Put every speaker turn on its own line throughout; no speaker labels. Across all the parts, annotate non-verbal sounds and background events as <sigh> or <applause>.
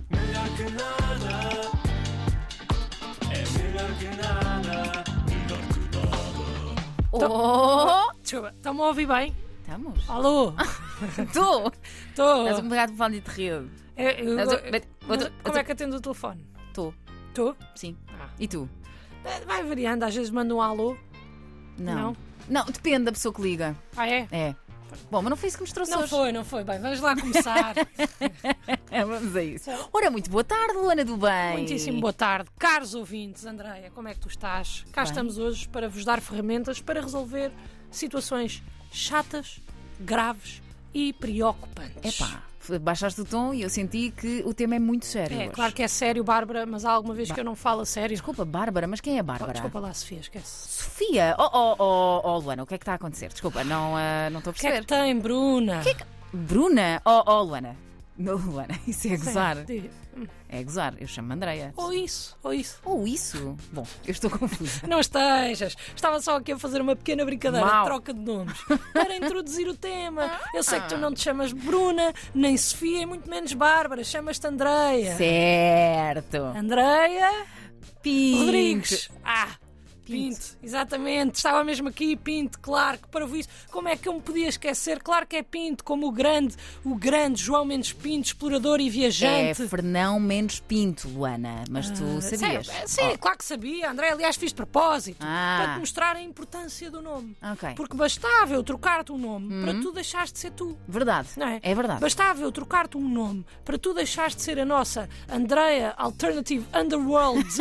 que nada. É melhor que nada. Melhor que nada.
Oh!
Desculpa, estão-me a ouvir bem?
Estamos.
Alô?
Tu! <laughs>
Estou.
Estás um bocado de fone de terreno.
É, eu-
Mas eu- mas-
mas
outra-
como
outra-
é que atendo o telefone?
Tu,
Estou?
sim.
Ah.
E tu?
Vai variando, às vezes mando um alô.
Não.
Não.
Não, depende da pessoa que liga.
Ah, é?
É. Bom, mas não foi isso que nos trouxe
Não
hoje.
foi, não foi. Bem, vamos
<laughs>
lá começar.
É, vamos a isso. Ora, muito boa tarde, Luana do Bem.
Muitíssimo boa tarde, caros ouvintes. Andreia, como é que tu estás? Cá
Bem.
estamos hoje para vos dar ferramentas para resolver situações chatas, graves e preocupantes.
Epá, baixaste o tom e eu senti que o tema é muito sério.
É,
hoje.
claro que é sério, Bárbara, mas há alguma vez que eu não falo a sério.
Desculpa, Bárbara, mas quem é a
Oh,
Bárbara?
desculpa lá, Sofia, esquece.
Sofia! Oh, oh, oh, oh, Luana, o que é que está a acontecer? Desculpa, não ah, não estou a
O que é
perceber.
que tem, Bruna?
é Bruna! Oh, oh, Luana. <laughs> Não, Luana, isso é gozar.
Diga.
É gozar. Eu chamo Andreia.
Ou isso, ou isso.
Ou isso? Bom, eu estou <laughs> confusa.
Não estejas. Estava só aqui a fazer uma pequena brincadeira
Mau.
de troca de nomes para introduzir o tema. Eu sei que tu não te chamas Bruna, nem Sofia, e muito menos Bárbara. Chamas-te Andreia.
Certo.
Andreia
Pinto.
Ah. Rodrigues. Ah, Pinto. Exatamente. Estava mesmo aqui, Pinto, claro, que para isso. Como é que eu me podia esquecer? Claro que é Pinto, como o grande, o grande João Mendes Pinto, explorador e
É
viajante.
Fernão menos Pinto, Luana. Mas tu sabias? Oh.
Sim, é, sim, claro que sabia, André. Aliás, fiz de propósito
Ah.
para te mostrar a importância do nome.
Oh. Ok.
Porque bastava eu trocar-te um nome para tu deixares de ser tu.
Verdade.
Não é?
Uhum. verdade.
Bastava eu trocar-te um nome para tu deixares de ser a nossa Andrea Alternative Underworld
<laughs>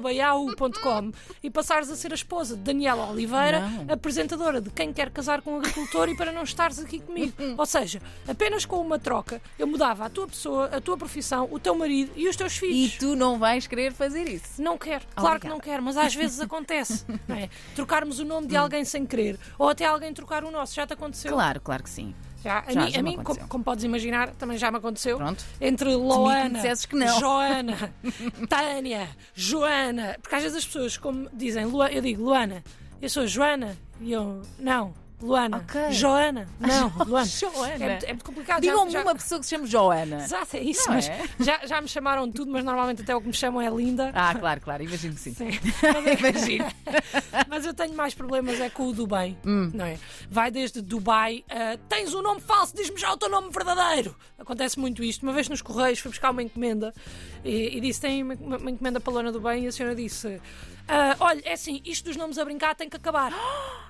19.yahoo.com e passares a ser a esposa de Daniela Oliveira,
Não.
apresentadora de Quem Quer Casar com um Agricultor e para não estares aqui comigo.
Uhum.
Ou seja, apenas com uma troca eu mudava a tua pessoa, a tua profissão, o teu marido e os teus
E
filhos.
tu não vais querer fazer isso.
Não quero, claro que
Ah, Obrigada.
não quero, mas às
<laughs>
vezes acontece. não é? Trocarmos o nome de alguém sem querer, ou até alguém trocar o nosso, já te aconteceu?
Hum. Claro, claro que sim.
Já, a
Já,
mim,
já
a
me
mim,
aconteceu.
como, como podes imaginar, também já me aconteceu.
Pronto.
Entre
que me
Loana,
dissesses que não.
Joana,
<laughs>
Tânia, Joana. Porque às vezes as pessoas, como dizem, Lua- eu digo Luana, eu sou Joana, e eu, não, Luana.
Ok. <laughs>
Joana, não, Luana.
Joana.
É, muito- é muito complicado. já-
Digam-me
já-
uma pessoa que se chama Joana.
Exato, é isso,
Não
mas
é?
Já, já me chamaram de tudo, mas normalmente até o que me chamam é linda.
Ah, claro, claro, imagino que sim.
Sim. <laughs> é
imagino.
Mas eu tenho mais problemas é com o Dubai, não é? Vai desde Dubai a tens um nome falso, diz-me já o teu nome verdadeiro. Acontece muito isto. Uma vez nos Correios fui buscar uma encomenda e, e disse: tem uma, uma encomenda para a Lona do Bem e a senhora disse: "Ah, Olha, é assim, isto dos nomes a brincar tem que acabar.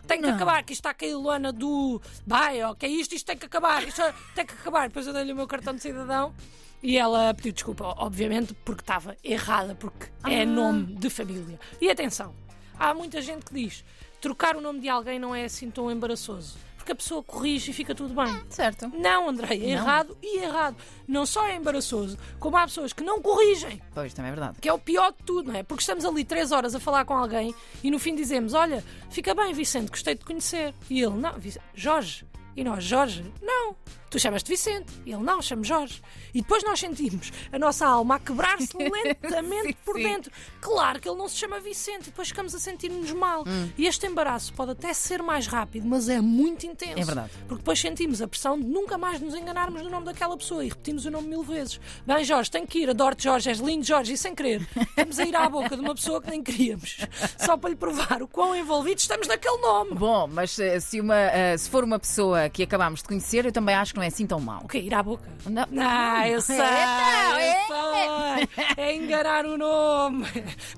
Tem que acabar, que isto está a cair Lona do Bai, ou que é isto, isto tem que acabar, isto é- tem que acabar. Depois eu dei-lhe o meu cartão de cidadão. E ela pediu desculpa, obviamente, porque estava errada, porque é nome de família. E atenção, há muita gente que diz trocar o nome de alguém não é assim tão embaraçoso, porque a pessoa corrige e fica tudo bem.
Certo.
Não, André, é errado e errado. Não só é embaraçoso, como há pessoas que não corrigem,
Pois, também é verdade.
que é o pior de tudo, não é? Porque estamos ali três horas a falar com alguém e no fim dizemos: Olha, fica bem, Vicente, gostei de te conhecer. E ele: Não, Vic- Jorge. E nós: Jorge, não. Tu chamas-te Vicente. E ele: Não, chamo Jorge. E depois nós sentimos a nossa alma a
<laughs>
quebrar-se lentamente
Sim,
por
sim.
dentro. Claro que ele não se chama Vicente e depois ficamos a sentir-nos mal.
Hum.
E este embaraço pode até ser mais rápido, mas é muito intenso.
É verdade.
Porque depois sentimos a pressão de nunca mais nos enganarmos no nome daquela pessoa e repetimos o nome mil vezes. Bem, Jorge, tenho que ir, adoro-te, Jorge, és lindo, Jorge, e sem querer. Estamos a ir à boca de uma pessoa que nem queríamos, só para lhe provar o quão envolvidos estamos naquele nome.
Bom, mas eh, se, uma, eh, se for uma pessoa que acabámos de conhecer, eu também acho que não é assim tão mau.
O quê? Ir à boca?
Não.
Não, Ah, eu sei,
Então, é?
eu sei. É enganar o nome.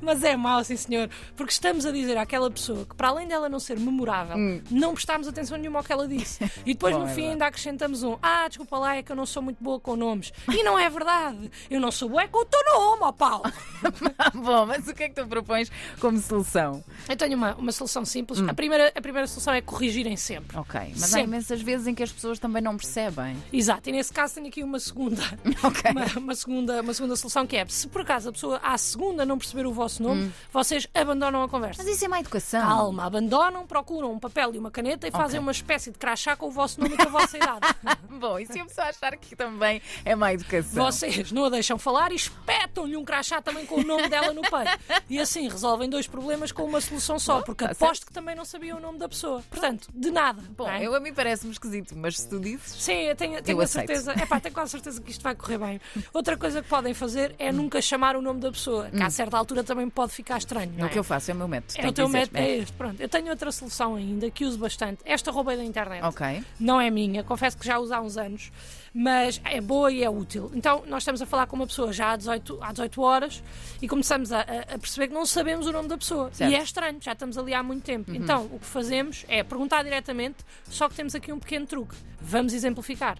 Mas é mau, sim senhor, porque estamos a dizer àquela pessoa que, para além dela não ser memorável, não prestámos atenção nenhuma ao que ela disse. E depois,
Hum. Bom,
no
é
fim,
verdade.
ainda acrescentamos um: Ah, desculpa lá, é que eu não sou muito boa com nomes. E não é verdade. Eu não sou boa é com o teu nome, ó Paulo.
<laughs> Bom, mas o que é que tu propões como solução?
Eu tenho uma, uma solução simples.
Hum.
A, primeira, a primeira solução é corrigirem sempre.
Ok, mas há
Sempre.
imensas vezes em que as pessoas também não percebem.
Exato, e nesse caso tenho aqui uma segunda,
<laughs> Ok.
uma, uma segunda, uma segunda solução que é: se por acaso a pessoa à segunda não perceber o vosso nome,
Hum.
vocês abandonam a conversa.
Mas isso é má educação.
Calma, abandonam, procuram um papel e uma caneta e fazem uma espécie de crachá com o vosso nome e com a
<laughs>
vossa idade.
Bom, e se a pessoa achar que também é má educação?
Vocês não a deixam falar e espetam-lhe um crachá também com o nome dela no peito. E assim resolvem dois problemas com uma solução só, porque
tá
aposto que também não sabiam o nome da pessoa. Portanto, de nada.
Bom,
não é?
eu a mim parece-me esquisito, mas se tu dizes.
Sim, eu tenho, tenho a
aceito. <laughs>
certeza. Epá, tenho quase certeza que isto vai correr bem. Outra coisa que podem fazer é nunca chamar o nome da pessoa, que a certa altura também pode ficar estranho.
Hum. É
não
o
é?
que eu faço, é o meu método.
É
tenho
o
que
teu
dizer.
método é
É.
este. Pronto, eu tenho outra solução ainda que uso bastante. Esta roubei da internet.
Ok.
Não é minha, confesso que já a uso há uns anos, mas é boa e é útil. Então, nós estamos a falar com uma pessoa já há 18, há 18 horas e começamos a, a- a perceber que não sabemos o nome da pessoa.
Certo. Uhum.
E é estranho, já estamos ali há muito tempo. Então, o que fazemos é perguntar diretamente, só que temos aqui um pequeno truque. Vamos exemplificar.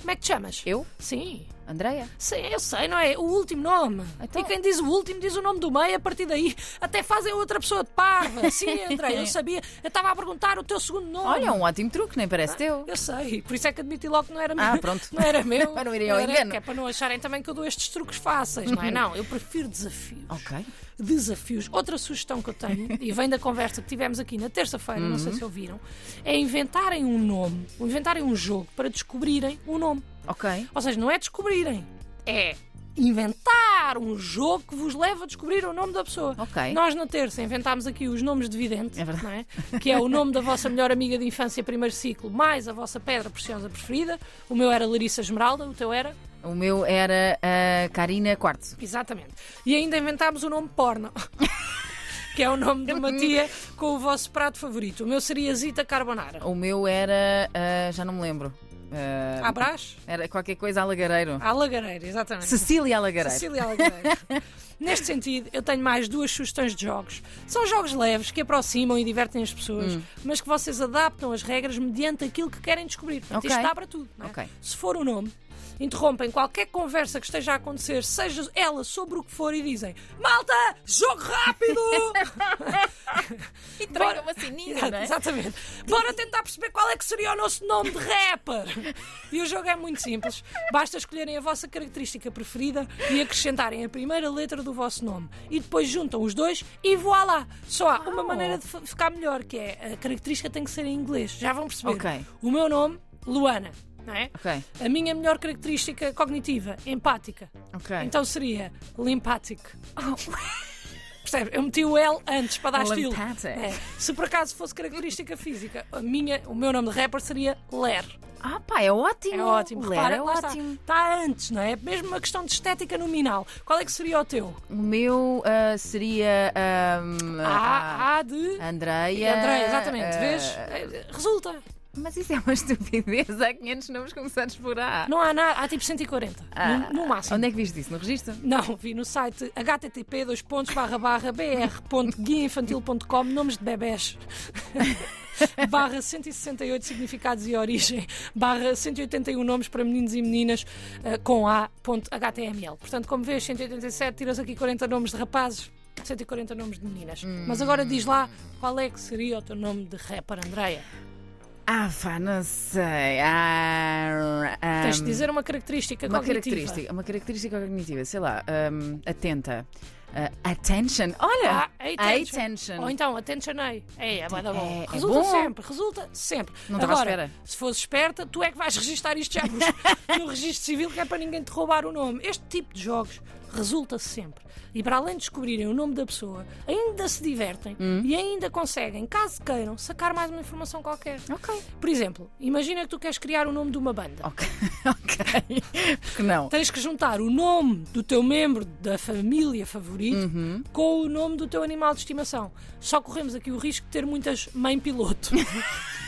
Como é que te chamas?
Eu?
Sim.
Andreia?
Sim, eu sei, não é? O último nome.
Então-
E quem diz o último diz o nome do meio, a partir daí até fazem outra pessoa de
<laughs>
parva. Sim, André, eu sabia. Eu estava a perguntar o teu segundo nome.
Olha, um ótimo truque, nem parece teu.
Eu sei, por isso é que admiti logo que não era meu.
Ah, pronto. <laughs>
Não era meu.
Para não um irem ao
era-
engano.
que é para não acharem também que eu dou estes truques fáceis, não é? Não, eu prefiro desafios.
Uhum. Ok.
Desafios. Outra sugestão que
<laughs>
eu tenho, e vem da conversa que tivemos aqui na terça-feira, não
Uhum.
sei se ouviram, é inventarem um nome, ou inventarem um jogo para descobrirem o nome.
Ok.
Ou seja, não é descobrirem, é inventar um jogo que vos leva a descobrir o nome da pessoa.
Ok.
Nós na terça inventámos aqui os nomes de vidente,
É verdade.
não é? que é o nome da vossa melhor amiga de infância primeiro ciclo, mais a vossa pedra preciosa preferida. O meu era Larissa Esmeralda, o teu era?
O meu era a Karina Quartzo.
Exatamente. E ainda inventámos o nome porno. <laughs> Que é o nome de uma tia com o vosso prato favorito. O meu seria Zita Carbonara.
O meu era. ah, já não me lembro. Ah,
Abraço
era qualquer coisa alagareiro.
à lagareira, exatamente.
Cecília Alagareiro.
Cecília Alagareiro. <laughs> Neste sentido, eu tenho mais duas sugestões de jogos. São jogos leves que aproximam e divertem as pessoas,
Hum.
mas que vocês adaptam as regras mediante aquilo que querem descobrir. Portanto,
Ok.
Isto dá para tudo. não é?
Ok.
Se for o nome, interrompem qualquer conversa que esteja a acontecer, seja ela sobre o que for, e dizem: Malta,
<laughs>
jogo rápido!
E
treinam
uma sininha,
Exato, Exatamente. Bora tentar perceber qual é que seria o nosso nome de rapper. E o jogo é muito simples. Basta escolherem a vossa característica preferida e acrescentarem a primeira letra do vosso nome. E depois juntam os dois e voilá. Só há uma
Uau.
maneira de f- ficar melhor, que é a característica tem que ser em inglês. Já vão perceber.
Ok.
O meu nome, Luana. Não é?
Ok.
A minha melhor característica cognitiva, empática.
Ok.
Então seria limpático. Percebe? Eu meti o L antes para dar estilo.
Oh. Limpático.
É. Se por acaso fosse característica física, a minha, o meu nome de rapper seria Ler.
Ah, pá, é ótimo.
É ótimo.
Ler,
Repara,
é
lá está.
ótimo.
Está antes, não é? Mesmo uma questão de estética nominal. Qual é que seria o teu?
O meu ah, seria. ahm, ah,
A, A de.
Andreia.
André, exatamente.
ah,
Vês? É, Resulta.
Mas isso é uma <laughs> estupidez. Há 500 nomes começados por A.
Não há nada. Há tipo 140.
Ah,
no, no máximo.
Onde é que viste isso? No registro?
Não, vi no site http dois pontos, barra, barra, br.guiainfantil.com nomes de bebés <laughs> barra 168 significados e origem barra 181 nomes para meninos e meninas eh, com a ponto html. Portanto, como vês, 187 tiras aqui 40 nomes de rapazes 140 nomes de meninas.
Hum.
Mas agora diz lá qual é que seria o teu nome de rapper, Andreia.
Ah, pá, não sei. Ah, ahm,
Tens de dizer uma característica
uma
cognitiva.
característica, uma característica cognitiva, sei lá, ahm, atenta. Ah, attention. Olha!
Ah, attention.
Attention.
Ou então, attentionei. É, é, bué da bom.
É, é
resulta
bom.
sempre, resulta sempre.
Não estava à
Agora,
espera.
se fosse esperta, tu é que vais registar isto já nos-
<laughs>
no registro civil, que é para ninguém te roubar o nome. Este tipo de jogos resulta sempre. E para além de descobrirem o nome da pessoa, ainda se divertem
Hum.
e ainda conseguem, caso queiram, sacar mais uma informação qualquer.
Ok.
Por exemplo, imagina que tu queres criar o nome de uma banda.
Ok, <laughs> ok. Porque não?
Tens que juntar o nome do teu membro da família favorito
Uhum.
com o nome do teu animal de estimação. Só corremos aqui o risco de ter muitas
<laughs>
mãe piloto. <laughs>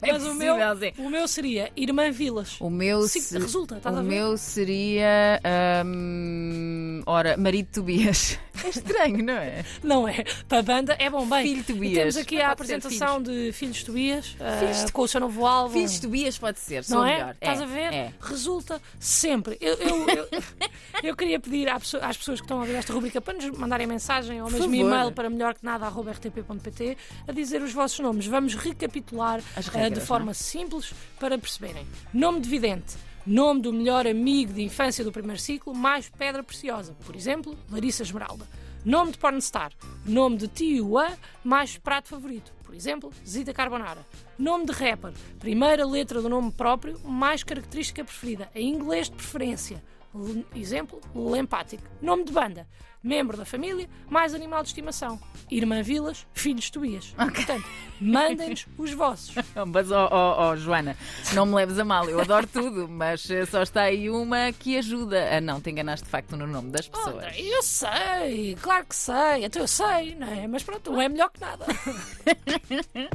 Mas o, meu,
É possível, Um.
o meu seria irmã Vilas.
O meu,
Sim,
se-
resulta, estás
o
a ver?
meu seria. ahm, ora, marido Tobias. <laughs> É estranho, não é?
Não é? Para a banda é bom bem.
Filho
E
Tobias.
Temos aqui
Não
a
pode ser
apresentação de Filhos Tobias
Filhos
eh,
de-
com o seu novo álbum.
Filhos Tobias pode ser, sou
não é?
melhor.
Estás a ver?
É.
Resulta sempre. Eu, eu, eu, <laughs> eu queria pedir à pesso- às pessoas que estão a ver esta rubrica para nos mandarem mensagem ou
Por
mesmo
favor.
e-mail para melhor que nada rtp.pt a dizer os vossos nomes. Vamos recapitular
As
eh,
regras, é?
de forma simples para perceberem. Nome de vidente. Nome do melhor amigo de infância do primeiro ciclo, mais pedra preciosa. Por exemplo, Larissa Esmeralda. Nome de pornstar. Nome de tio A, mais prato favorito. Por exemplo, Zita Carbonara. Nome de rapper. Primeira letra do nome próprio, mais característica preferida. Em inglês de preferência. L- exemplo, Lempático. Nome de banda, membro da família, mais animal de estimação. Irmã Vilas, filhos Tobias. Portanto,
<laughs>
mandem-nos os vossos.
Mas, ó ó, ó, Joana, não me leves a mal, eu adoro tudo, mas eh, só está aí uma que ajuda. Ah, não, te enganaste de facto no nome das
Oh,
pessoas.
André, eu sei, claro que sei, até eu sei, não é? Mas pronto, um é melhor que nada.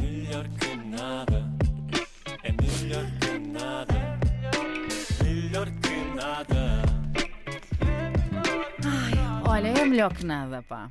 Melhor que nada. É melhor que nada. Melhor que nada.
Olha, é melhor que nada, pá.